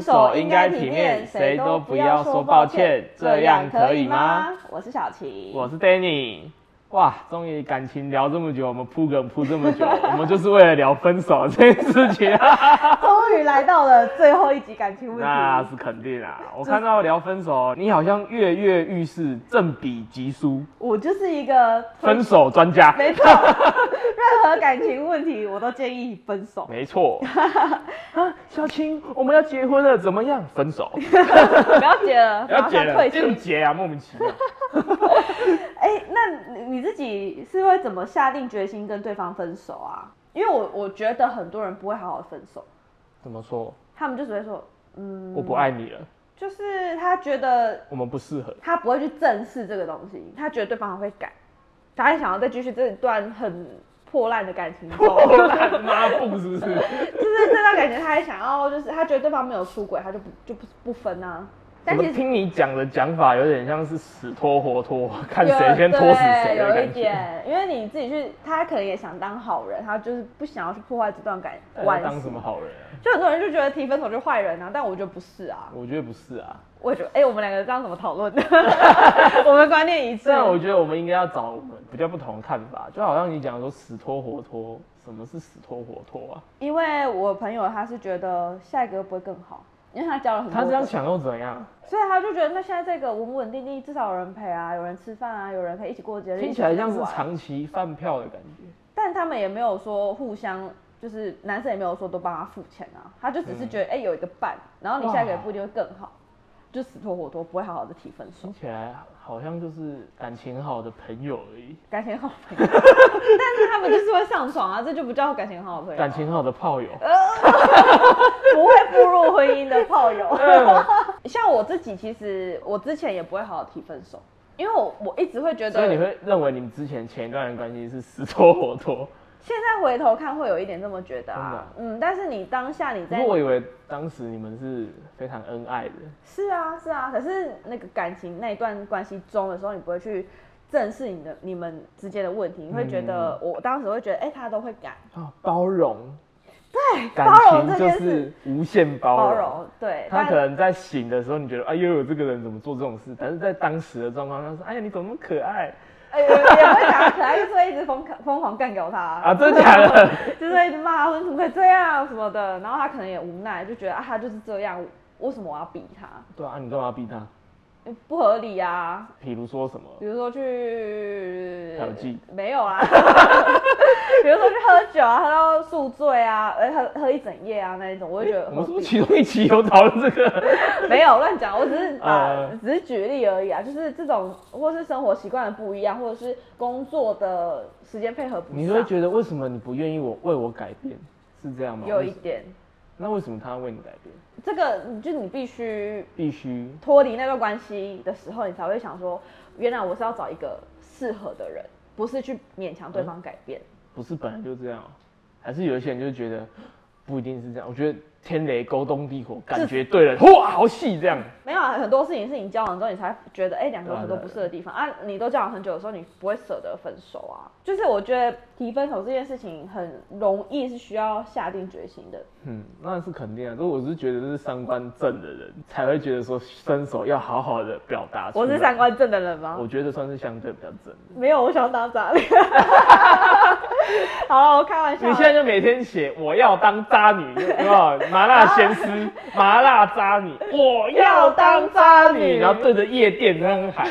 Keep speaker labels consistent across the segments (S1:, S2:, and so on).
S1: 手应该体面，谁都不要说抱歉，这样可以吗？？
S2: 我是小琪，
S1: 我是 Danny。哇，终于感情聊这么久，我们铺梗铺这么 久，我们就是为了聊分手这件事情 啊。
S2: 终于来到了最后一集感情问
S1: 那
S2: 题。
S1: 是肯定啦、我看到聊分手，你好像跃跃欲试，正比疾书，
S2: 我就是一个
S1: 分，手专家。
S2: 没错， 任何感情问题我都建议分手。
S1: 没错。啊，小青，我们要结婚了，怎么样？分 手，
S2: 不要结了，马上退
S1: 硬
S2: 群。
S1: 结啊，莫名其妙。
S2: 哎、那你你自己是会怎么下定决心跟对方分手啊？因为我我觉得很多人不会好好分手，
S1: 怎么说？
S2: 他们就只会说，嗯，
S1: 我不，爱你了，
S2: 就是他觉得
S1: 我们不适合。
S2: 他不会去正视这个东西，他觉得对方还会改，他还想要再继续这段很破烂的感 情中，
S1: 破烂抹布是不是？
S2: 就是这段感情他还想要，就是他觉得对方没有出轨，他就不就不不分啊。
S1: 怎
S2: 但
S1: 么
S2: 其实
S1: 听你讲的讲法，有点像是死拖活拖，看
S2: 有
S1: 谁先拖死谁
S2: 对
S1: 的
S2: 有一
S1: 感觉。
S2: 点，因为你自己去，他可能也想当好人，他就是不想要去破坏这段感
S1: 那
S2: 关
S1: 当
S2: 系
S1: 什。么好人啊？
S2: 就很多人就觉得提分手就坏人啊，但我觉得不是啊，
S1: 我觉得不是啊。
S2: 我也觉得哎、我们两个这样怎么讨 论的？我们观念一致。
S1: 虽然啊我觉得我们应该要找我们比较不同的看法，就好像你讲说死拖活拖，什么是死拖活拖啊？
S2: 因为我朋友他是觉得下一个不会更好，因为他交了很多
S1: 他
S2: 个，
S1: 这样想又怎样？
S2: 所以他就觉得那现在这个稳稳定定，至少有人陪啊，有人吃饭啊，有人可以一起过节日，
S1: 听起来像是
S2: 一起出去玩，
S1: 长期饭票的感觉。
S2: 但他们也没有说互相。就是男生也没有说都帮他付钱啊，他就只是觉得哎、有一个伴，然后你下一个也不一定会更好，就死拖活拖，不会好好的提分手
S1: 听，起来好像就是感情好的朋友而已，
S2: 感情好朋友，但是他们就是会上床啊，这就不叫感情好朋友，
S1: 感情好的炮 友。
S2: 不会步入婚姻的炮友。
S1: 啊
S2: 像我自己，其实我之前也不会好好提分手，因为我我一直会觉
S1: 所以你
S2: 得，
S1: 会认为你们之前前一段的关系是死拖活拖？
S2: 现在回头看会有一点这么觉得
S1: 真的
S2: 啊
S1: 啊。
S2: 嗯，但是你当下你
S1: 不
S2: 在
S1: 过我以为当时你们是非常恩爱的，
S2: 是啊是啊，可是那个感情那一段关系中的时候，你不会去正视你的你们之间的问题，你会觉得、
S1: 嗯
S2: 我当时会觉得，哎、他都会改，
S1: 啊，包容，
S2: 对，
S1: 感
S2: 包容
S1: 情
S2: 这
S1: 就
S2: 件事，
S1: 是无限包
S2: 包
S1: 容。
S2: 容对，
S1: 他
S2: 但
S1: 可能在醒的时候，你觉得哎呦，有这个人怎么做这种事？但是在当时的状况，他说：“哎呀，你怎么那么可爱
S2: 哎也也不会讲可爱，就是会一直疯疯狂干掉他
S1: 啊？真的假的？
S2: 就是会一直骂他说你怎么可以这样什么的，然后他可能也无奈，就觉得啊他就是这样，为什么我要逼他？
S1: 对啊，你干嘛逼他？
S2: 不合理啊！
S1: 比如说什么？
S2: 比如说去
S1: 嫖妓
S2: 没有啦， 比如说去喝酒啊，喝到宿醉啊，呃喝喝一整夜啊那一种，我就觉得
S1: 我们是
S2: 何
S1: 不
S2: 必
S1: 是其中一期有讨论这 个？
S2: 没有乱讲，我 只是把、
S1: 呃
S2: 只是举例而已啊，就是这种或是生活习惯的不一样，或者是工作的时间配合不上，
S1: 你会觉得为什么你不愿意我为我改变？是这样吗？
S2: 有一
S1: 为什
S2: 点
S1: 那为什么他要为你改变？
S2: 这个，就你必须
S1: 必须
S2: 脱离那段关系的时候，你才会想说，原来我是要找一个适合的人，不是去勉强对
S1: 嗯
S2: 方改变。
S1: 不是本来就这样哦，还是有一些人就觉得不一定是这样。我觉得天雷勾动地火，感觉对 了，哇，好细这样。
S2: 没有啊，很多事情是你交往之后，你才觉得，哎、两个人很多不适合的地方啊。你都交往很久的时候，你不会舍得分手啊。就是我觉得提分手这件事情很容易是需要下定决心 的。
S1: 嗯，那是肯定啊。所以我是觉得这是三观正的人才会觉得说分手要好好的表达出来。
S2: 我是三，观正的人吗？
S1: 我觉得算是相对比较正的。
S2: 没有，我想当 渣女。好了，我开玩笑啊
S1: 你
S2: 的。
S1: 现在就每天写我要当渣女，有没有？ 麻辣鲜师，麻辣渣女，我要当渣女，然后对着夜店那样喊。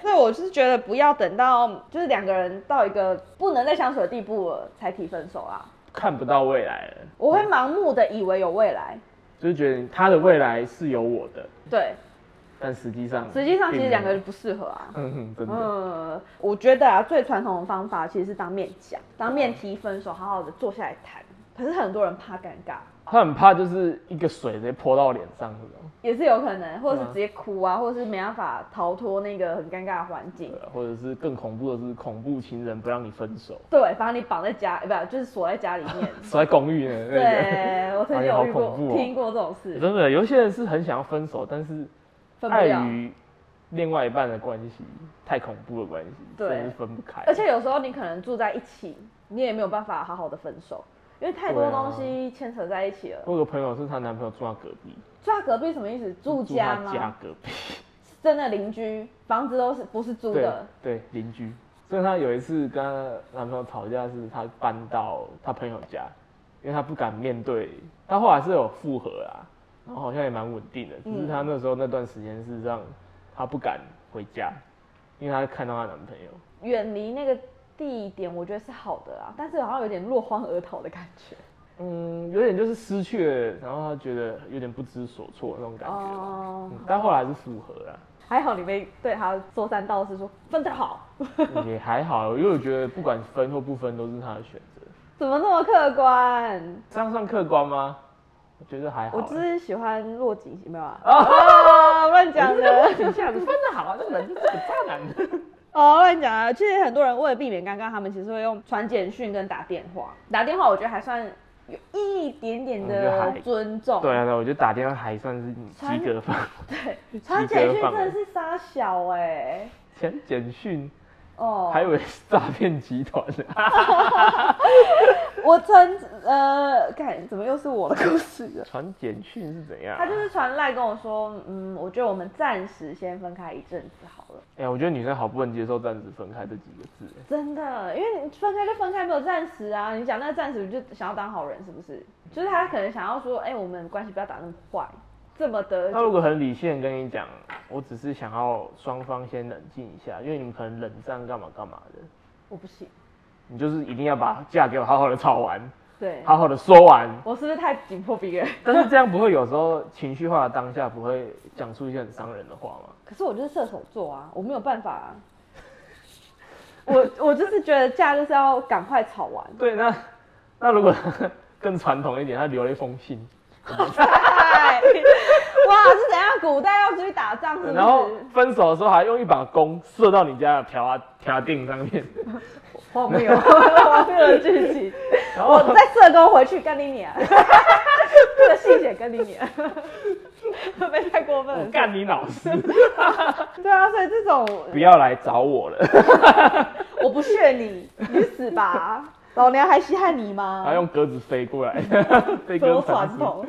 S2: 所以我是觉得不要等到就是两个人到一个不能再相处的地步了才提分手啊。
S1: 看不到未来了，
S2: 我会盲目的以为有未来，
S1: 就是觉得他的未来是有我的，
S2: 对，
S1: 但实际上
S2: 实际上其实两个人
S1: 并
S2: 不适合啊。
S1: 没有，嗯，真的，
S2: 嗯，我觉得啊，最传统的方法其实是当面讲，当面提分手，好好的坐下来谈。可是很多人怕尴尬，
S1: 他很怕就是一个水直接泼到脸上这种，
S2: 也是有可能，或者是
S1: 对啊
S2: 直接哭啊，或者是没办法逃脱那个很尴尬的环境
S1: 对。啊或者是更恐怖的是恐怖情人不让你分手，。
S2: 对，把你绑在家，呃不就是锁在家里面
S1: 锁在公寓呢，那
S2: 对，我曾
S1: 哎
S2: 经
S1: 呀
S2: 有遇
S1: 好
S2: 过
S1: 恐怖哦
S2: 听过这种
S1: 个
S2: 事，
S1: 真的有一些人是很想要分手，但是
S2: 分不
S1: 碍
S2: 了。
S1: 于另外一半的关系太恐怖的关系，
S2: 对
S1: 真的是分不开，
S2: 而且有时候你可能住在一起，你也没有办法好好的分手，因为太多
S1: 对啊
S2: 东西牵扯在一起了。
S1: 我有个朋友是她男朋友住她隔壁，
S2: 住他隔壁什么意思？住家
S1: 她
S2: 吗？
S1: 家隔壁，
S2: 真的邻居，房子都是不是租
S1: 对
S2: 的？
S1: 对，邻居。所以她有一次跟她男朋友吵架，是她搬到她朋友家，因为她不敢面对。她后来是有复合啦，然后好像也蛮稳定的，
S2: 嗯
S1: 只是她那时候那段时间是让她不敢回家，因为她看到她男朋友。
S2: 远离那个地点，我觉得是好的啊，但是好像有点落荒而逃的感觉。
S1: 嗯，有点就是失去了，然后她觉得有点不知所措那种感觉吧。
S2: 哦
S1: 嗯，但后来是复合啊了。
S2: 还好你没对他说三道四，说分得好，
S1: 也还好，因为我觉得不管分或不分都是他的选择，
S2: 怎么那么客观？
S1: 这样算客观吗？我觉得还好哦
S2: 我
S1: 啦。
S2: 只是喜欢落井有没有啊？啊，乱 讲的。
S1: 一下子分的好啊，这个人就是个渣 男。
S2: 哦，乱讲啊！其实很多人为了避免尴尬，他们其实会用传简讯跟打电话。打电话我觉得还算有一点点
S1: 嗯我觉得
S2: 的
S1: 还
S2: 尊重。
S1: 对啊，对啊，我觉得打电话还算是及格分。
S2: 对，
S1: 及
S2: 传简
S1: 格
S2: 讯
S1: 范
S2: 真
S1: 围
S2: 的是杀小哎、
S1: 前简讯
S2: 哦，
S1: 还以为是诈骗集团 呢、
S2: 我曾呃，看怎么又是我的故事了。
S1: 传简讯是怎样啊？
S2: 他就是传赖跟我说，嗯，我觉得我们暂时先分开一阵子好了。
S1: 哎、我觉得女生好不能接受“暂时分开”这几个字。
S2: 真的，因为你分开就分开，没有暂时啊。你讲那个暂时，你就想要当好人是不是？就是他可能想要说，哎、我们关系不要打那么坏，这么的
S1: 他如果很理性地跟你讲，我只是想要双方先冷静一下，因为你们可能冷战干嘛干嘛的，
S2: 我不行。
S1: 你就是一定要把架给我好好的吵完，
S2: 对，
S1: 好好的说完，
S2: 我是不是太紧迫逼人？
S1: 但是这样不会有时候情绪化的当下不会讲出一些很伤人的话吗？
S2: 可是我就是射手座啊，我没有办法、啊。我我就是觉得架就是要赶快吵完，
S1: 对，那那如果 更传统一点，他留了一封信，
S2: 嗨 哇，是怎样？古代要出去打仗是不是？
S1: 然后分手的时候还用一把弓射到你家的条啊条钉上面，
S2: 荒 谬，荒谬的 剧情。
S1: 然 后
S2: 再社工回去跟你撵， 这个细节跟你撵， 会不会太过分
S1: 我
S2: 了？
S1: 干你老师，
S2: 对啊，所以这种
S1: 不要来找我了，
S2: 我不屑你，你去死吧！老娘还稀罕你吗？
S1: 然后用鸽子飞过来，飞鸽
S2: 多
S1: 传
S2: 传
S1: 书。
S2: 统。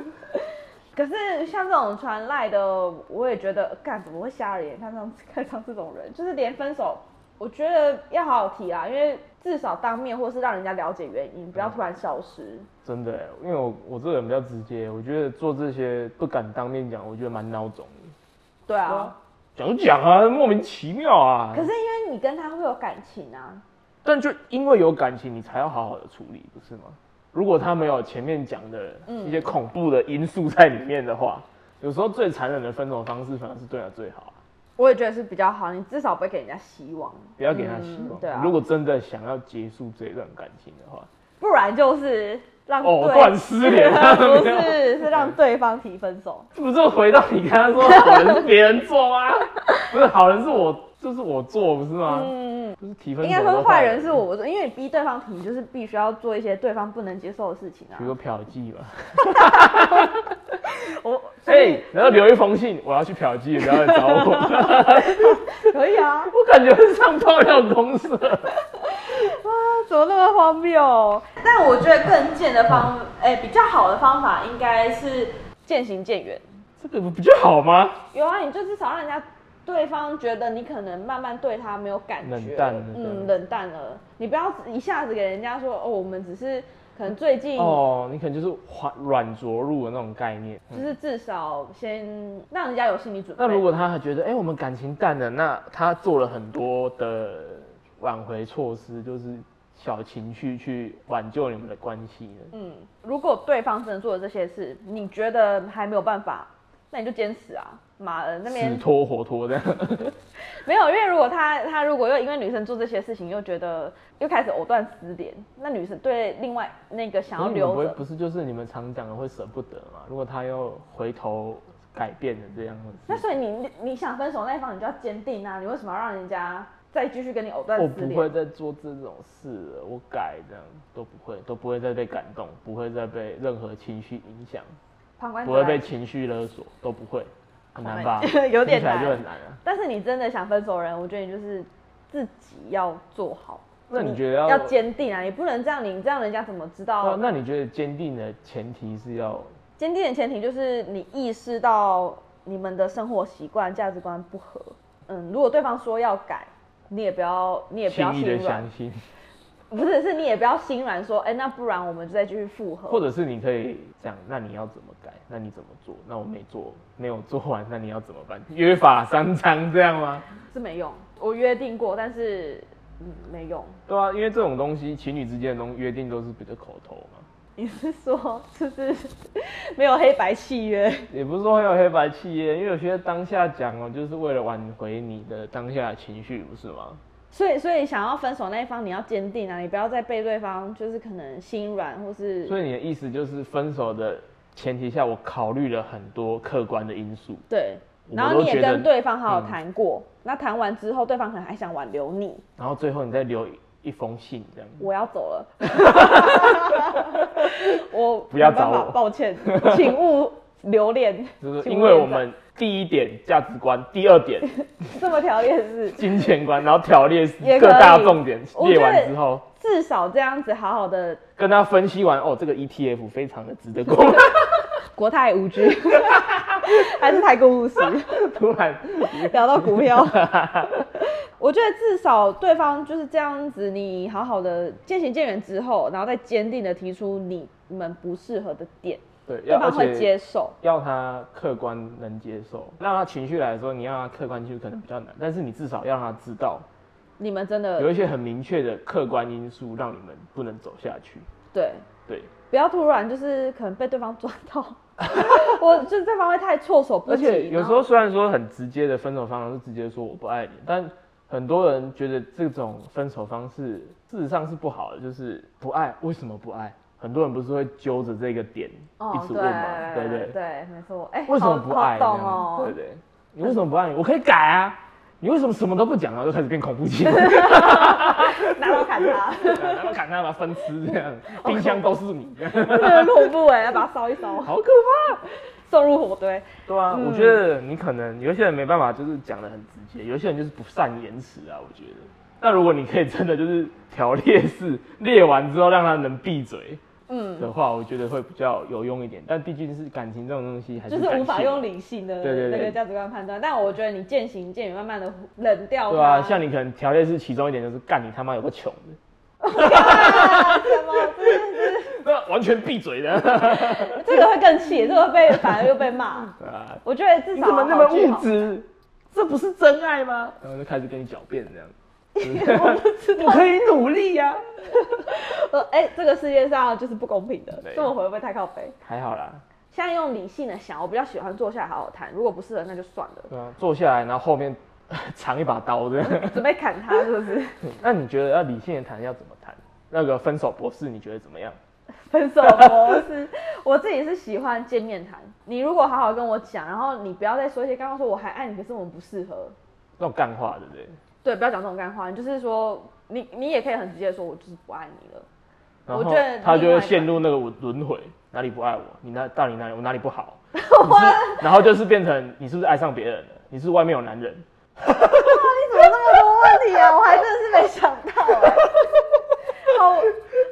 S2: 可是像这种传赖的，我也觉得干怎么会瞎了眼看上看上这种人，就是连分手，我觉得要好好提啦，因为至少当面或是让人家了解原因，
S1: 嗯
S2: 不要突然消失。
S1: 真的耶，欸因为我我这个人比较直接，我觉得做这些不敢当面讲，我觉得蛮孬种的。
S2: 对啊，
S1: 讲就讲啊，莫名其妙啊。
S2: 可是因为你跟他会有感情啊，
S1: 但就因为有感情，你才要好好的处理，不是吗？如果他没有前面讲的一些恐怖的因素在里面的话，有时候最残忍的分手方式反而是对他最好啊、
S2: 我也觉得是比较好，你至少不会给人家希望，
S1: 不要给他希望。
S2: 嗯对啊
S1: 如果真的想要结束这段感情的话，
S2: 不然就是让
S1: 藕
S2: 对
S1: 断丝连啊
S2: 不
S1: 没有
S2: 是是让对方提分手。
S1: 这不就回到你刚刚说好人是别人做 吗？不是好人是我，就是我做，不是吗？
S2: 嗯，
S1: 就是提分
S2: 应
S1: 手
S2: 该说是
S1: 的
S2: 坏人是我做，因为你逼对方提，你就是必须要做一些对方不能接受的事情啊
S1: 比。如说嫖妓嘛，
S2: 我
S1: 哎、然后留一封信，我要去嫖妓，不要来找我。
S2: 可以啊，
S1: 我感觉是上爆料公社。
S2: 怎么那么荒谬？但我觉得更贱的方，哎、比较好的方法应该是渐行渐远。
S1: 这个不就好吗？
S2: 有啊，你就至少让人家对方觉得你可能慢慢对他没有感觉，
S1: 冷淡了
S2: 嗯，冷淡了。你不要一下子给人家说哦，我们只是可能最近，
S1: 哦，你可能就是软软着陆的那种概念。
S2: 就是至少先让人家有心理准备。
S1: 那如果他还觉得，哎、我们感情淡了，那他做了很多的挽回措施，就是小情绪去挽救你们的关系呢？
S2: 嗯，如果对方真的做了这些事，你觉得还没有办法，那你就坚持啊。妈的，那
S1: 死
S2: 边
S1: 拖活拖这样，
S2: 没有，因为如果他他如果又因为女生做这些事情，又觉得又开始藕断丝连，那女生对另外那个想 要
S1: 你们不
S2: 留
S1: 会
S2: 着，
S1: 不是就是你们常讲的会舍不得嘛？如果他又回头改变了这样
S2: 那
S1: 子，
S2: 所以你你想分手那一方，你就要坚定啊！你为什么要让人家再继续跟你藕断
S1: 我
S2: 丝
S1: 哦不
S2: 连？
S1: 会再做这种事了，我改这样都不会，都不会再被感动，不会再被任何情绪影响。
S2: 旁观者
S1: 不会
S2: 来？
S1: 被情绪勒索，都不会，很难吧
S2: 有
S1: 听
S2: 点
S1: 起来
S2: 难
S1: 就很难啊。
S2: 但是你真的想分手的人，我觉得你就是自己要做好。
S1: 那你觉得要啊
S2: 要坚定啊，你不能这样，你这样人家怎么知
S1: 那
S2: 道？
S1: 那你觉得坚定的前提是要
S2: 坚定的前提就是你意识到你们的生活习惯、价值观不合。嗯，如果对方说要改，你也不要，你也不要
S1: 轻易
S2: 心
S1: 的
S2: 软
S1: 相，信，
S2: 不是，是你也不要心软说，哎、那不然我们就再继续复合。
S1: 或者是你可以讲，那你要怎么改？那你怎么做？那我没做，没有做完，那你要怎么办？约法三章这样吗？
S2: 是没用。我约定过，但是嗯没用。
S1: 对啊，因为这种东西，情侣之间的东约定都是比较口头嘛，
S2: 你是说 就是没有黑白契约？
S1: 也不是说很有黑白契约，因为有些当下讲哦，就是为了挽回你的当下的情绪，不是吗？
S2: 所以所以想要分手那一方你要坚定啊，你不要再被对方就是可能心软或是
S1: 所以你的意思就是，分手的前提下，我考虑了很多客观的因素，
S2: 对。
S1: 我
S2: 然后你
S1: 都
S2: 也
S1: 觉得嗯
S2: 跟对方好好谈过，那谈完之后，对方可能还想挽留你，
S1: 然后最后你再留一封信这样。
S2: 我要走 了，我
S1: 不要
S2: 没办
S1: 找
S2: 法
S1: 我
S2: 抱歉，请勿留恋，
S1: 就是
S2: 请
S1: 因
S2: 勿
S1: 为
S2: 恋
S1: 我
S2: 战
S1: 们第一点价值观，第二 点
S2: 这么条件是
S1: 金钱观，然后条列
S2: 也可
S1: 各
S2: 以
S1: 大重点
S2: 我
S1: 列
S2: 觉
S1: 完
S2: 得
S1: 之后，
S2: 至少这样子好好的
S1: 跟他分析完哦，这个 ETF 非常的值得 购买。
S2: 国泰五 G，还是太过务实，
S1: 突然，
S2: 聊到股 票。我觉得至少对方就是这样子，你好好的渐行渐远之后，然后再坚定的提出你们不适合的点，
S1: 对，
S2: 对
S1: 要而
S2: 方会
S1: 且
S2: 接受。
S1: 要他客观能接受，让他情绪来说，你让他客观去可能比较难，但是你至少要让他知道
S2: 你们真
S1: 有
S2: 的
S1: 一些很明确的客观因素让你们不能走下去。
S2: 对，
S1: 对，
S2: 不要突然就是可能被对方抓到， 我就是对方会太措手不
S1: 而
S2: 及。
S1: 且有
S2: 然
S1: 时
S2: 后
S1: 候虽然说很直接的分手方式，直接说我不爱你，但很多人觉得这种分手方式事实上是不好的，就是不爱，为什么不爱？很多人不是会揪着这个点、一直问吗？对
S2: 哦对
S1: 不对
S2: 对，没错。哎、
S1: 为什么
S2: 好
S1: 不爱？
S2: 好懂
S1: 这样
S2: 哦、
S1: 对不对？你为什么不爱你？我可以改啊！你为什么什么都不讲啊？就开始变恐怖情人，
S2: 拿刀砍他，
S1: 然后砍他，把他分吃这 样，冰箱都是你，这样
S2: 这个恐怖哎、要把它烧一烧，
S1: 好可怕。
S2: 送入火堆。
S1: 对啊，我觉得你可能有些人没办法，就是讲的很直接，有些人就是不善言辞啊。我觉得，那如果你可以真的就是条列式列完之后，让他能闭嘴
S2: 嗯，
S1: 的话，我觉得会比较有用一点。但毕竟是感情这种东西，还是
S2: 就是无法
S1: 感性啊
S2: 用理性的
S1: 对对对
S2: 那个价值观判断。但我觉得你渐行渐远，慢慢的冷掉它。
S1: 对 啊，像你可能条列式其中一点就是干你他妈有个穷的，
S2: 啊什么？
S1: 那完全闭嘴的，
S2: 这个会更气，这个会被反而又被骂。
S1: 对啊，
S2: 我觉得至
S1: 你
S2: 少
S1: 怎么那么
S2: 好聚
S1: 物
S2: 好
S1: 质？这不是真爱吗？然后就开始跟你狡辩这样， 我可以努力呀、
S2: 呃，哎、这个世界上就是不公平的
S1: 对，
S2: 这么回会不会太靠北？
S1: 还好啦，
S2: 现在用理性的想，我比较喜欢坐下来好好谈。如果不适合，那就算了，
S1: 对啊，坐下来，然后后面 藏一把刀这样。
S2: 准备砍他是 不是？
S1: 那你觉得要理性的谈要怎么谈？那个分手博士你觉得怎么样？
S2: 分手模式，我自己是喜欢见面谈。你如果好好跟我讲，然后你不要再说一些刚刚说我还爱你，可是我们不适合，
S1: 那种干话对不对？
S2: 对，不要讲这种干话，你就是说你你也可以很直接的说，我就是不爱你了。
S1: 然
S2: 我
S1: 后
S2: 觉得
S1: 他就
S2: 另外
S1: 会
S2: 一个
S1: 陷入那个轮回，哪里不爱我？你哪到底哪里我哪里不 好？你是然后就是变成你是不是爱上别人了？你是不是外面有男人？
S2: 哎你怎么那么多问题 啊？我还真的是没想到、欸， 好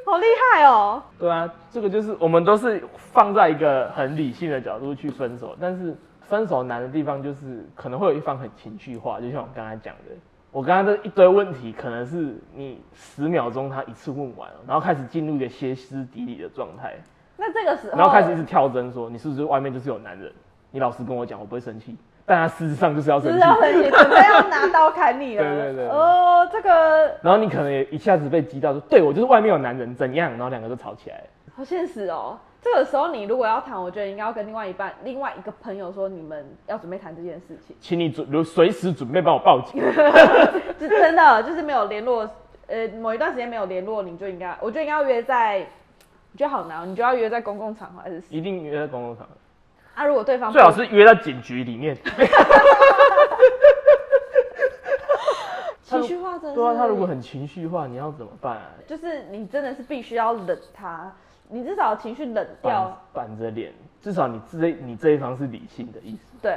S2: 好厉害哦、
S1: 对啊，这个就是我们都是放在一个很理性的角度去分手，但是分手难的地方就是可能会有一方很情绪化，就像我刚才讲的，我刚刚这一堆问题可能是你十秒钟他一次问完了，然后开始进入一个歇斯底里的状态，
S2: 那这个时候，
S1: 然后开始一直跳针说你是不是外面就是有男人，你老实跟我讲，我不会生气，但他事实上哦就是啊要
S2: 就
S1: 生
S2: 是
S1: 气，
S2: 要很紧，准备要拿刀砍你 了。
S1: 对对对
S2: 哦，这个
S1: 然后你可能也一下子被激到说，对我就是外面有男人怎样，然后两个就吵起来了。
S2: 好现实哦、这个时候你如果要谈，我觉得应该要跟另外一半、另外一个朋友说，你们要准备谈这件事情。
S1: 请你准随时准备帮我报 警，
S2: 是真的，就是没有联络，呃，某一段时间没有联络，你就应该，我觉得应该要约在，我觉得好难哦，你就要约在公共场合还是？
S1: 一定约在公共场合。
S2: 啊，如果对方
S1: 最好是约到警局里面。
S2: 情绪化，真的是
S1: 对啊，他如果很情绪化，你要怎么办、啊？
S2: 就是你真的是必须要冷他，你至少情绪冷
S1: 板
S2: 掉，
S1: 板着脸，至少你这你这一方是理性的意思，
S2: 对，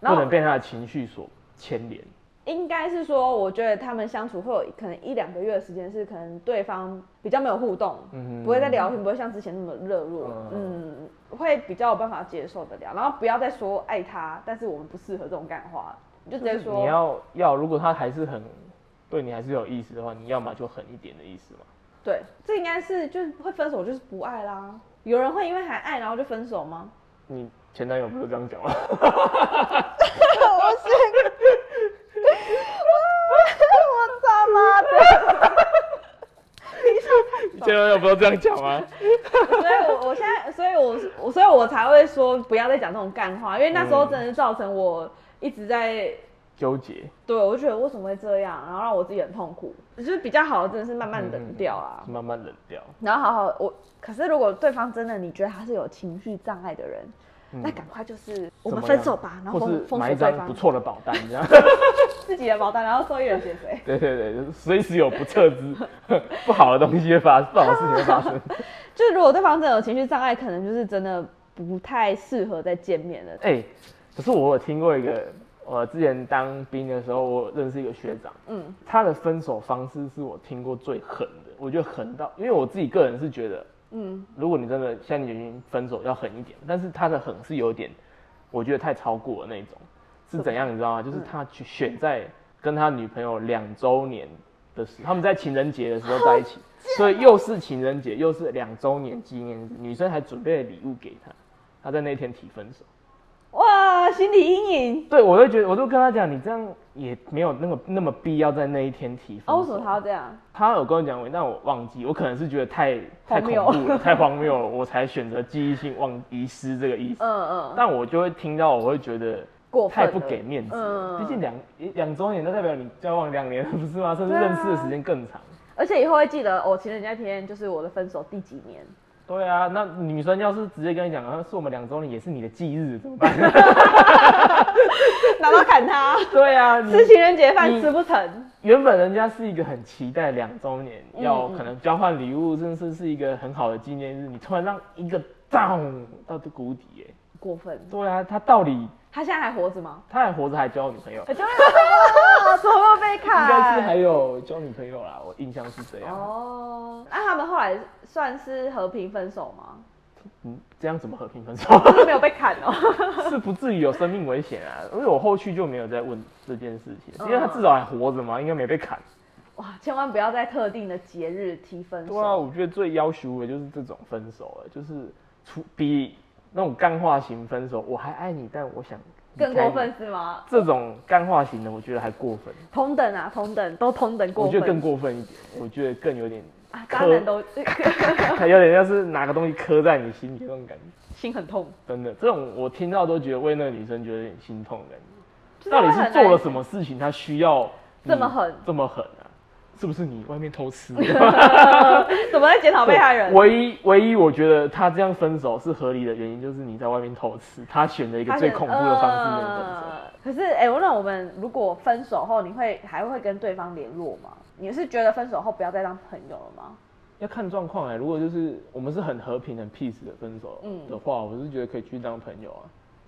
S2: 然
S1: 不
S2: 后
S1: 能被他的情绪所牵连。
S2: 应该是说，我觉得他们相处会有可能一两个月的时间是可能对方比较没有互动，
S1: 嗯
S2: 不会再聊天，不会像之前那么热络，嗯
S1: 嗯
S2: 会比较有办法接受的聊，然后不要再说爱他，但是我们不适合这种感话，你就直接
S1: 你
S2: 说，
S1: 要要，如果他还是很对你还是有意思的话，你要么就狠一点的意思嘛。
S2: 对，这应该是就是会分手就是不爱啦，有人会因为还爱然后就分手吗？
S1: 你前男友不是这样讲吗？
S2: 我是， 我他妈的！
S1: 你前男友不是这样讲吗？
S2: 所以我，我现在，所以我，我，所以我才会说不要再讲这种干话，因为那时候真的是造成我一直在，
S1: 纠结，
S2: 对我就觉得为什么会这样，然后让我自己很痛苦。就是比较好的，真的是慢慢冷掉啊，
S1: 慢慢冷掉。
S2: 然后好好我。可是如果对方真的你觉得他是有情绪障碍的人，那赶快就是我
S1: 怎么
S2: 们分
S1: 样
S2: 手吧，然后
S1: 或是
S2: 封封
S1: 买
S2: 锁
S1: 一
S2: 对
S1: 张
S2: 方
S1: 不，错的保单这样。
S2: 自己的保单，然后受益人写谁？
S1: 对对对，就是随时有不测之 不好的东西会发，不好的事情会发生。
S2: 就是如果对方真的有情绪障碍，可能就是真的不太适合再见面了。
S1: 哎、可是我有听过一个，我之前当兵的时候，我认识一个学长，
S2: 嗯，
S1: 他的分手方式是我听过最狠的，我觉得狠到，因为我自己个人是觉得，
S2: 嗯，
S1: 如果你真的像你已经分手要狠一点，但是他的狠是有点，我觉得太超过了那种，是怎样你知道吗？就
S2: 嗯
S1: 是他去选在跟他女朋友两周年的时候，他们在情人节的时候在一起，
S2: 哦
S1: 所以又是情人节又是两周年纪念日，女生还准备了礼物给他，他在那天提分手。
S2: 哇，心理阴影。
S1: 对，我就觉得，我就跟他讲，你这样也没有那么那么必要在那一天提分手。
S2: 啊，为什么他要这样？
S1: 他有跟我讲过，但我忘记，我可能是觉得太太
S2: 荒
S1: 恐
S2: 谬
S1: 怖了，太荒谬了，我才选择记忆性忘遗失这个意思。
S2: 嗯嗯，
S1: 但我就会听到，我会觉得
S2: 过分
S1: 太
S2: 了
S1: 不给面子了。
S2: 嗯
S1: 毕竟两两周年，那代表你交往两年了，不是吗？甚至
S2: 对啊
S1: 认识的时间更长。
S2: 而且以后会记得哦，情人节那天就是我的分手第几年，
S1: 对啊，那女生要是直接跟你讲，啊是我们两周年，也是你的忌日，怎么办？
S2: 拿刀砍他，
S1: 对啊，你
S2: 吃情人节饭
S1: 你
S2: 吃不成。
S1: 原本人家是一个很期待两周年，
S2: 嗯
S1: 要
S2: 嗯
S1: 可能交换礼物，甚至是一个很好的纪念日，你突然让一个 down 到谷底、耶。
S2: 过分，
S1: 对啊，他到底
S2: 他现在还活着吗？
S1: 他还活着，还交女朋友，应
S2: 哎，对啊， 怎么会被砍？
S1: 该是还有交女朋友啦，我印象是这样。
S2: 哦，那他们后来算是和平分 手吗？
S1: 嗯，这样怎么和平分手？
S2: 就是没有被砍哦。
S1: 是不至于有生命危险啊，因为我后续就没有再问这件事情，
S2: 嗯
S1: 因为他至少还活着嘛，应该没被砍。
S2: 哇，千万不要在特定的节日提分
S1: 对啊，
S2: 手。
S1: 我觉得最要求的就是这种分手、欸，就是出比那种干化型分手，我还爱你，但我想离
S2: 更
S1: 开
S2: 过
S1: 你
S2: 分是吗？
S1: 这种干化型的，我觉得还过分，
S2: 同等啊，同等都同等过
S1: 我觉
S2: 分。
S1: 得更过分一点，我觉得更有点，
S2: 啊，渣男都
S1: 有点像是拿个东西磕在你心里那种感觉，
S2: 心很痛。
S1: 真的，这种我听到都觉得为那个女生觉得有点心痛的感觉。
S2: 就是
S1: 到底
S2: 会
S1: 是
S2: 啊很
S1: 做
S2: 难
S1: 了什么事情，她需要你
S2: 这么狠
S1: 这么狠啊？是不是你外面偷吃？
S2: 怎么在检讨被害人？
S1: 唯一唯一，我觉得他这样分手是合理的原因，就是你在外面偷吃，他选了一个最恐怖的方式能分手。
S2: 呃可是，哎、我那我们如果分手后，你会还会跟对方联络吗？你是觉得分手后不要再当朋友了吗？
S1: 要看状况哎，如果就是我们是很和平、很 peace 的分手
S2: 嗯
S1: 的话，我是觉得可以去当朋友啊。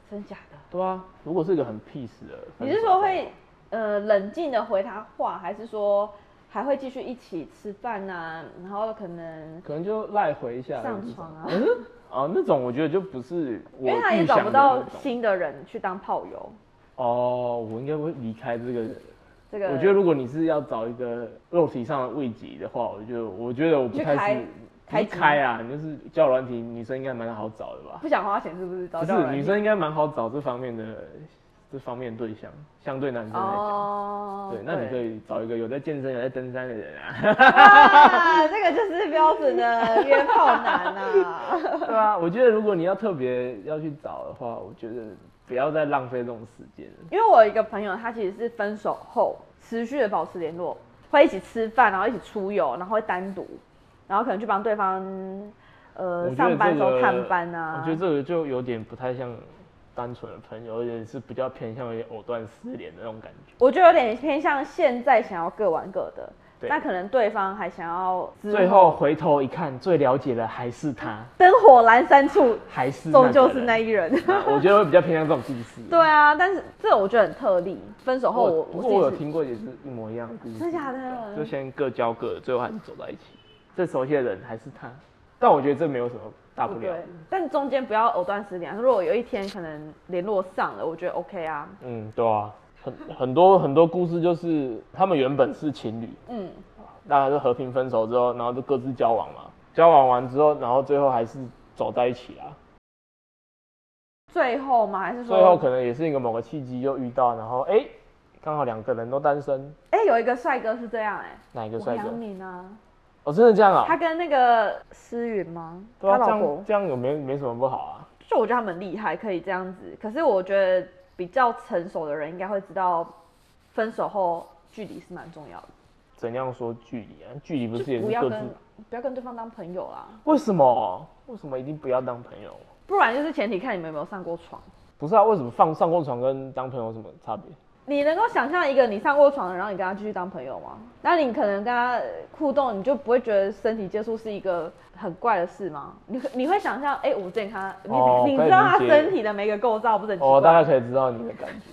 S2: 真假的？
S1: 对啊，如果是一个很 peace 的分手的话，
S2: 你是说会呃冷静的回他话，还是说还会继续一起吃饭啊？然后可能
S1: 可能就赖回一下
S2: 上床啊
S1: 可是啊，那种我觉得就不是我
S2: 因为他也
S1: 预
S2: 找
S1: 想
S2: 不
S1: 的
S2: 到
S1: 那种。
S2: 新的人去当炮友。
S1: 哦，我应该会离开这个人。
S2: 这个
S1: 我觉得如果你是要找一个肉体上的慰藉的话，我就我觉得我不
S2: 去
S1: 太
S2: 开
S1: 是
S2: 开
S1: 不是
S2: 机
S1: 开啊，你就是交友软体女生应该蛮好找的吧？
S2: 不想花钱是不是？
S1: 不
S2: 找
S1: 是，女生应该蛮好找这方面的这方面对象，相对男生来讲。
S2: 哦，
S1: 对，那你可以找一个有在健身、有在登山的人 啊。
S2: 啊， 这个就是标准的约炮男啊。
S1: 对啊，我觉得如果你要特别要去找的话，我觉得不要再浪费这种时间了。
S2: 因为我有一个朋友，他其实是分手后持续的保持联络，会一起吃饭，然后一起出游，然后会单独，然后可能去帮对方呃
S1: 我觉得
S2: 上班的时
S1: 这
S2: 候
S1: 个
S2: 探班啊
S1: 我觉。得这个就有点不太像单纯的朋友，而且是比较偏向于藕断丝连的那种感觉。
S2: 我觉得有点偏向现在想要各玩各的，
S1: 对
S2: 那可能对方还想要之
S1: 最后回头一看，最了解的还是他，
S2: 灯火阑珊处，
S1: 还是
S2: 终究是那
S1: 一。
S2: 一人。
S1: 啊我觉得会比较偏向这种故事。
S2: 对啊，但是这我觉得很特例。分手
S1: 不
S2: 后
S1: 过，
S2: 我
S1: 不过我有
S2: 自己
S1: 听过也是一模一样的故事。啊
S2: 是真的假的？
S1: 就先各教各的，最后还是走到一起。最熟悉的人还是他，但我觉得这没有什么大不了
S2: 对。，但中间不要藕断丝连啊。如果有一天可能联络上了，我觉得 OK 啊。
S1: 嗯，对啊，很很多很多故事就是他们原本是情侣，
S2: 嗯，
S1: 大家就和平分手之后，然后就各自交往嘛。交往完之后，然后最后还是走在一起啦。
S2: 最后吗？还是说
S1: 最后可能也是一个某个契机就遇到，然后哎，刚、好两个人都单身，
S2: 哎、有一个帅哥是这样哎、
S1: 哪一个帅
S2: 王
S1: 哥
S2: 阳？明啊，
S1: 哦，真的这样啊、
S2: 他跟那个诗云吗？
S1: 对啊，
S2: 他
S1: 这
S2: 老
S1: 样
S2: 婆，
S1: 这样有没没什么不好啊？
S2: 就我觉得他们很厉害，可以这样子。可是我觉得比较成熟的人应该会知道，分手后距离是蛮重要的，
S1: 怎样说距离啊？距离不
S2: 就是
S1: 也是
S2: 不要
S1: 各自？
S2: 跟不要跟对方当朋友啦，
S1: 为什么？为什么一定不要当朋友？
S2: 不然就是前提看你们有没有上过床。
S1: 不是啊，为什么放上过床跟当朋友有什么差别？
S2: 你能够想象一个你上过床的，然后你跟他继续当朋友吗？那你可能跟他呃互动，你就不会觉得身体接触是一个很怪的事吗？你可你会想象，哎、我健康，你、
S1: 哦
S2: 你
S1: 可以
S2: 知道他
S1: 理解
S2: 身体的每个构造，不是很奇怪？
S1: 我哦大概可以知道你的感觉，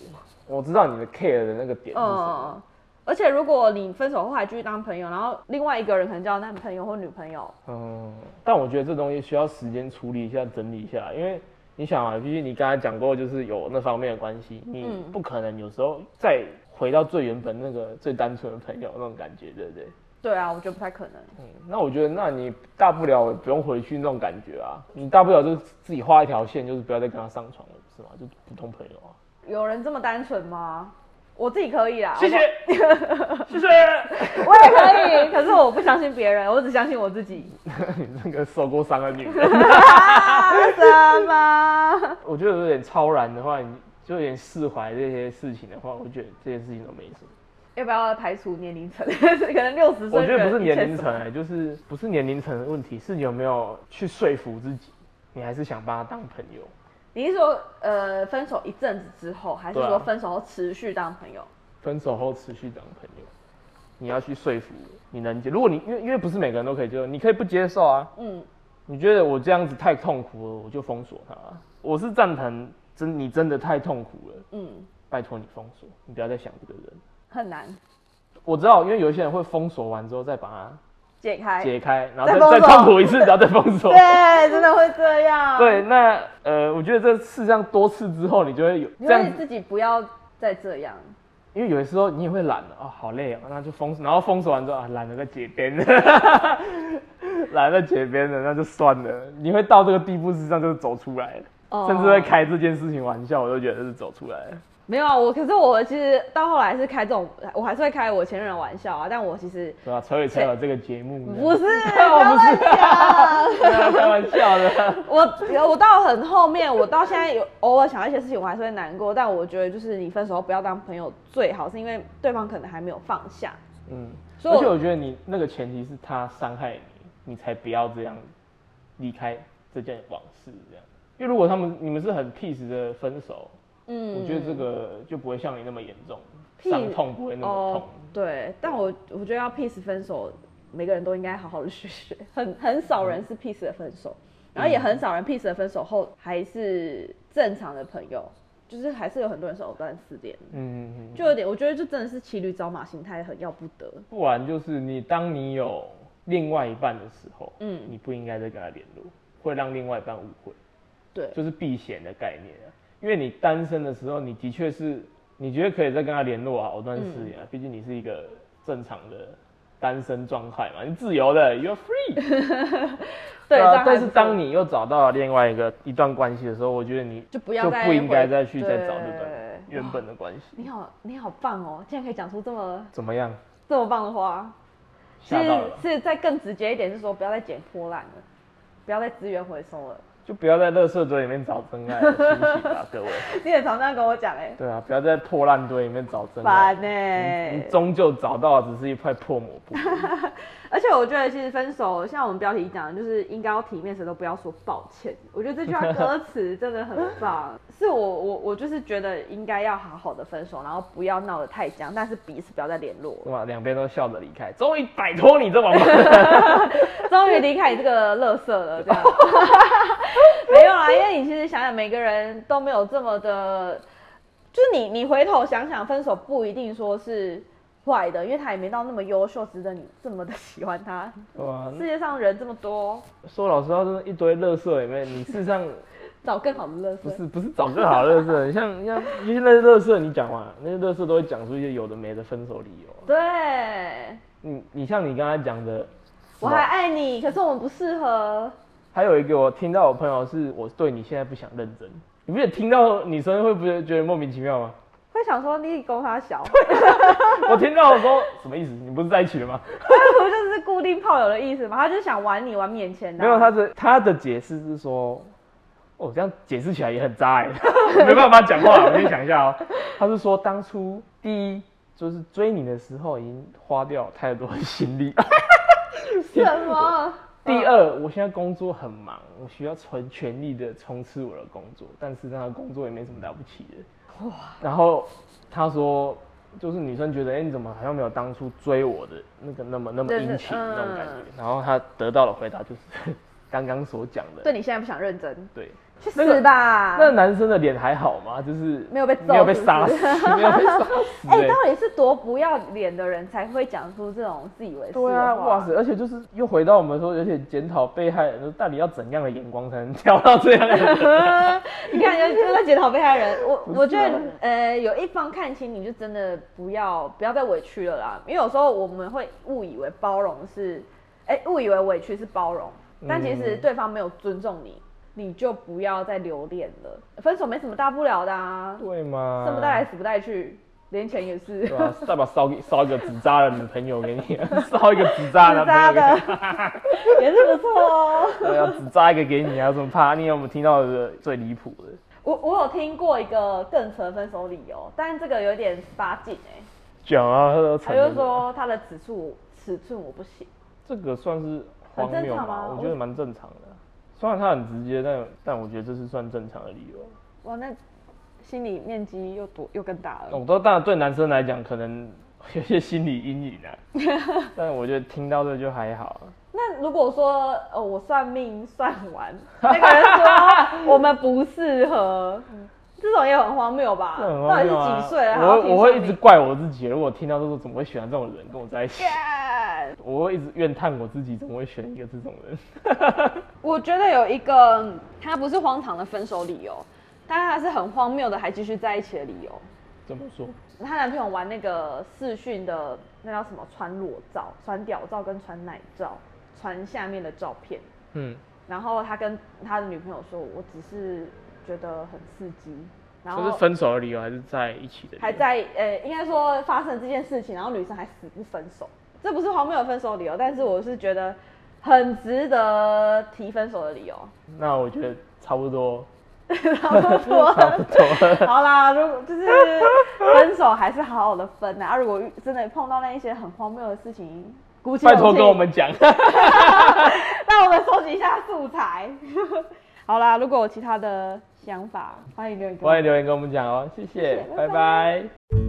S1: 我知道你的 care 的那个点是什么。
S2: 嗯，而且如果你分手后还继续当朋友，然后另外一个人可能交男朋友或女朋友，
S1: 嗯，但我觉得这东西需要时间处理一下、整理一下，因为你想啊，毕竟你刚才讲过，就是有那方面的关系，你
S2: 嗯
S1: 不可能有时候再回到最原本那个最单纯的朋友那种感觉，对不对？
S2: 对啊，我觉得不太可能。
S1: 嗯，那我觉得，那你大不了不用回去那种感觉啊，你大不了就自己画一条线，就是不要再跟他上床了，是吗？就普通朋友啊。
S2: 有人这么单纯吗？我自己可以啦，
S1: 谢 谢，谢谢。
S2: 我我也可以，可是我不相信别人，我只相信我 自己。
S1: 你这个受过伤的女人，
S2: 啊，什么？
S1: 我觉得有点超然的话，你就有点释怀这些事情的话，我觉得这些事情都没什么。
S2: 要不要排除年龄层？ 可能六十岁，
S1: 我觉得不是年龄层、，哎，就是不是年龄层的问题，是你有没有去说服自己，你还是想把他当朋友。
S2: 你是说呃分手一阵子之后，还是
S1: 对啊
S2: 说分手后持续当朋友？
S1: 分手后持续当朋友，你要去说服你能接。如果你因为因为不是每个人都可以接受，你可以不接受啊。
S2: 嗯，
S1: 你觉得我这样子太痛苦了，我就封锁他啊。我是赞成真你真的太痛苦了，
S2: 嗯，
S1: 拜托你封锁，你不要再想这个人。
S2: 很难
S1: 我知道，因为有一些人会封锁完之后再把
S2: 解开
S1: 它。解开，然后
S2: 再
S1: 再
S2: 封
S1: 再
S2: 锁
S1: 痛苦一次，然后再封锁。
S2: 对，啊真的会这样。
S1: 对，，那呃，我觉得这事上多次之后，你就会有
S2: 你
S1: 这样
S2: 会
S1: 子，
S2: 自己不要再这样。
S1: 因为有的时候你也会懒了啊、好累啊，那就封，然后封锁完之后啊，懒得再解编了， 懒得解编了，那就算了。你会到这个地步，事实上就是走出来了，
S2: 哦
S1: 甚至会开这件事情玩笑，我都觉得是走出来了。
S2: 没有啊，我可是我其实到后来是开这种，我还是会开我前任的玩笑啊。但我其实
S1: 对吧、扯也扯有这个节目，
S2: 不是，
S1: 我 不是
S2: 不要
S1: 对啊开玩笑的。
S2: 我我到很后面，我到现在有偶尔想到一些事情，我还是会难过。但我觉得就是你分手后不要当朋友最好，是因为对方可能还没有放下。
S1: 嗯，
S2: 所以
S1: 而
S2: 我
S1: 且我觉得你那个前提是他伤害你，你才不要这样离开这件往事这样。因为如果他们你们是很 peace 的分手，
S2: 嗯
S1: 我觉得这个就不会像你那么严重，
S2: 屁哦
S1: 伤痛不会那么痛。
S2: 对，但我我觉得要 peace 分手，每个人都应该好好的去学，很很少
S1: 嗯
S2: 人是 peace 的分手，然后也很少人 peace 的分手后还是正常的朋友，就是还是有很多人是藕断丝连，
S1: 嗯，嗯嗯
S2: 就有点我觉得就真的是骑驴找马心态很要不得。
S1: 不然就是你当你有另外一半的时候，嗯
S2: 嗯，
S1: 你不应该再跟他联络，会让另外一半误会，
S2: 对，
S1: 就是避嫌的概念啊。因为你单身的时候，你的确是你觉得可以再跟他联络啊，藕断
S2: 嗯
S1: 丝连啊，毕竟你是一个正常的单身状态嘛，你自由的，you're free。
S2: 对，
S1: 啊，但是当
S2: 你
S1: 你又找到了另外一个一段关系的时候，我觉得你
S2: 就不要再
S1: 不应该
S2: 回
S1: 再去再找这段
S2: 对
S1: 原本的关系。
S2: 你好你好棒哦，竟然可以讲出这么
S1: 怎么样？
S2: 这么棒的话，
S1: 吓到
S2: 是
S1: 了？
S2: 是再更直接一点，是说不要再捡破烂了，不要再资源回收了。
S1: 就不要在垃圾堆里面找真爱了，醒醒吧，啊各位。
S2: 你也常这样跟我讲哎、
S1: 对啊，不要在破烂堆里面找真爱
S2: 烦。欸呢、
S1: 你终究找到的只是一块破抹布。
S2: 而且我觉得，其实分手像我们标题讲，的，就是应该要体面，谁都不要说抱歉。我觉得这句话歌词真的很 棒，是我我我就是觉得应该要好好的分手，然后不要闹得太僵，但是彼此不要再联络。
S1: 对吧？两边都笑着离开，终于摆脱你这王八蛋。
S2: 终于离开你这个乐色 了，这样没有啦，因为你其实想想，每个人都没有这么的，就是你你回头想想，分手不一定说是坏的，因为他也没到那么优秀，值得你这么的喜欢他。
S1: 对啊，
S2: 世界上人这么多，
S1: 说老实话，真的，一堆垃圾里面，你事实上
S2: 找更好的乐色
S1: 不。是不是找更好的垃圾，像像因为那些垃圾，你讲嘛，那些垃圾都会讲出一些有的没的分手理由。
S2: 对，
S1: 你你像你刚才讲的，什么
S2: 我还爱你，可是我们不适合。
S1: 还有一个我听到我朋友是我对你现在不想认真，你不也听到女生会不会觉得莫名其妙吗？
S2: 会想说你勾他小，
S1: 啊 我听到我说什么意思？你不是在一起了吗？
S2: 那不就是固定炮友的意思吗？他就是想玩你，玩免钱 的、啊
S1: 没有，他的他的解释是说，哦，这样解释起来也很渣哎， 没办法讲话，我先想一下哦。他是说当初第一就是追你的时候已经花掉太多的心力，
S2: 什么？
S1: 第二，我现在工作很忙，我需要全全力的冲刺我的工作，但是那个工作也没什么了不起的。哇！然后他说，就是女生觉得，哎、你怎么好像没有当初追我的那个那么那么
S2: 就是
S1: 殷勤
S2: 嗯
S1: 那种感觉？然后他得到的回答就是刚刚所讲的，
S2: 对你现在不想认真，
S1: 对
S2: 去死吧！
S1: 那男生的脸还好吗？就是
S2: 没有被揍
S1: 没有被
S2: 是不是
S1: 杀死， 没有被杀 死、
S2: 哎、
S1: 哎
S2: 到底是多不要脸的人才会讲出这种自以为是的话？
S1: 对啊，哇塞！而且就是又回到我们说，而且检讨被害人，到底要怎样的眼光才能挑到这样的人？
S2: 你看，就就在检讨被害人。我
S1: 不是啊
S2: 我觉得，呃，有一方看清你，就真的不要不要再委屈了啦。因为有时候我们会误以为包容是，哎、误以为委屈是包容，但其实
S1: 嗯
S2: 对方没有尊重你，你就不要再留恋了。分手没什么大不了的啊，
S1: 对吗？
S2: 生不带来死不带去，连钱也是。
S1: 对吧、再把烧给烧一个纸扎人的朋友给你， 烧一个纸扎
S2: 自
S1: 的
S2: 扎
S1: 男啊朋友
S2: 的 也是不错哦。
S1: 给你，对啊，纸扎一个给你啊，有什么怕？你有没有听到的最离谱的？
S2: 我我有听过一个更扯分手理由，但这个有点八禁哎、
S1: 讲啊，他都
S2: 他
S1: 承认
S2: 就
S1: 了
S2: 说他的尺寸尺寸我不行，
S1: 这个算是荒
S2: 很
S1: 谬
S2: 正常啊
S1: 吗
S2: 吗？
S1: 我觉得蛮正常的。虽然他很直接，但但我觉得这是算正常的理由。
S2: 哇，那心理面积又多又更大了。
S1: 我知道，当然对男生来讲可能有些心理阴影啊， 但我觉得听到这就还好。
S2: 那如果说呃我算命算完，那个人说我们不 适合，这种也很荒谬吧？
S1: 这很
S2: 到
S1: 荒
S2: 底
S1: 谬啊
S2: 是几岁了还要
S1: 我
S2: 听
S1: 我会
S2: 算
S1: 一直
S2: 命
S1: 怪我自己，如果听到这种怎么会喜欢这种人跟我在一起？
S2: 干
S1: 我会一直怨叹我自己怎么会选一个这种人。
S2: 我觉得有一个，他不是荒唐的分手理由，但他是很荒谬的还继续在一起的理由。
S1: 怎么说？
S2: 她男朋友玩那个视讯的，那叫什么？穿裸照、穿屌照跟穿奶照，传下面的照片。
S1: 嗯，
S2: 然后他跟他的女朋友说：“我只是觉得很刺激。”然
S1: 这
S2: 后
S1: 是分手的理由还是在一起的理由？
S2: 还在呃，应该说发生这件事情，然后女生还死不分手，这不是荒谬的分手理由，但是我是觉得很值得提分手的理由。
S1: 那我觉得差不多，
S2: 差不多
S1: 差不多 了。
S2: 好啦，如果就是分手还是好好的分呐、啊。如果遇真的碰到那一些很荒谬的事情，鼓起
S1: 拜托
S2: 勇
S1: 跟我
S2: 气，
S1: 们讲。
S2: 让我们收集一下素材。 好啦，如果有其他的想法，欢迎留言给我
S1: 欢
S2: 们。
S1: 迎留言跟我们讲哦，谢谢，
S2: 谢谢
S1: 拜
S2: 拜
S1: 拜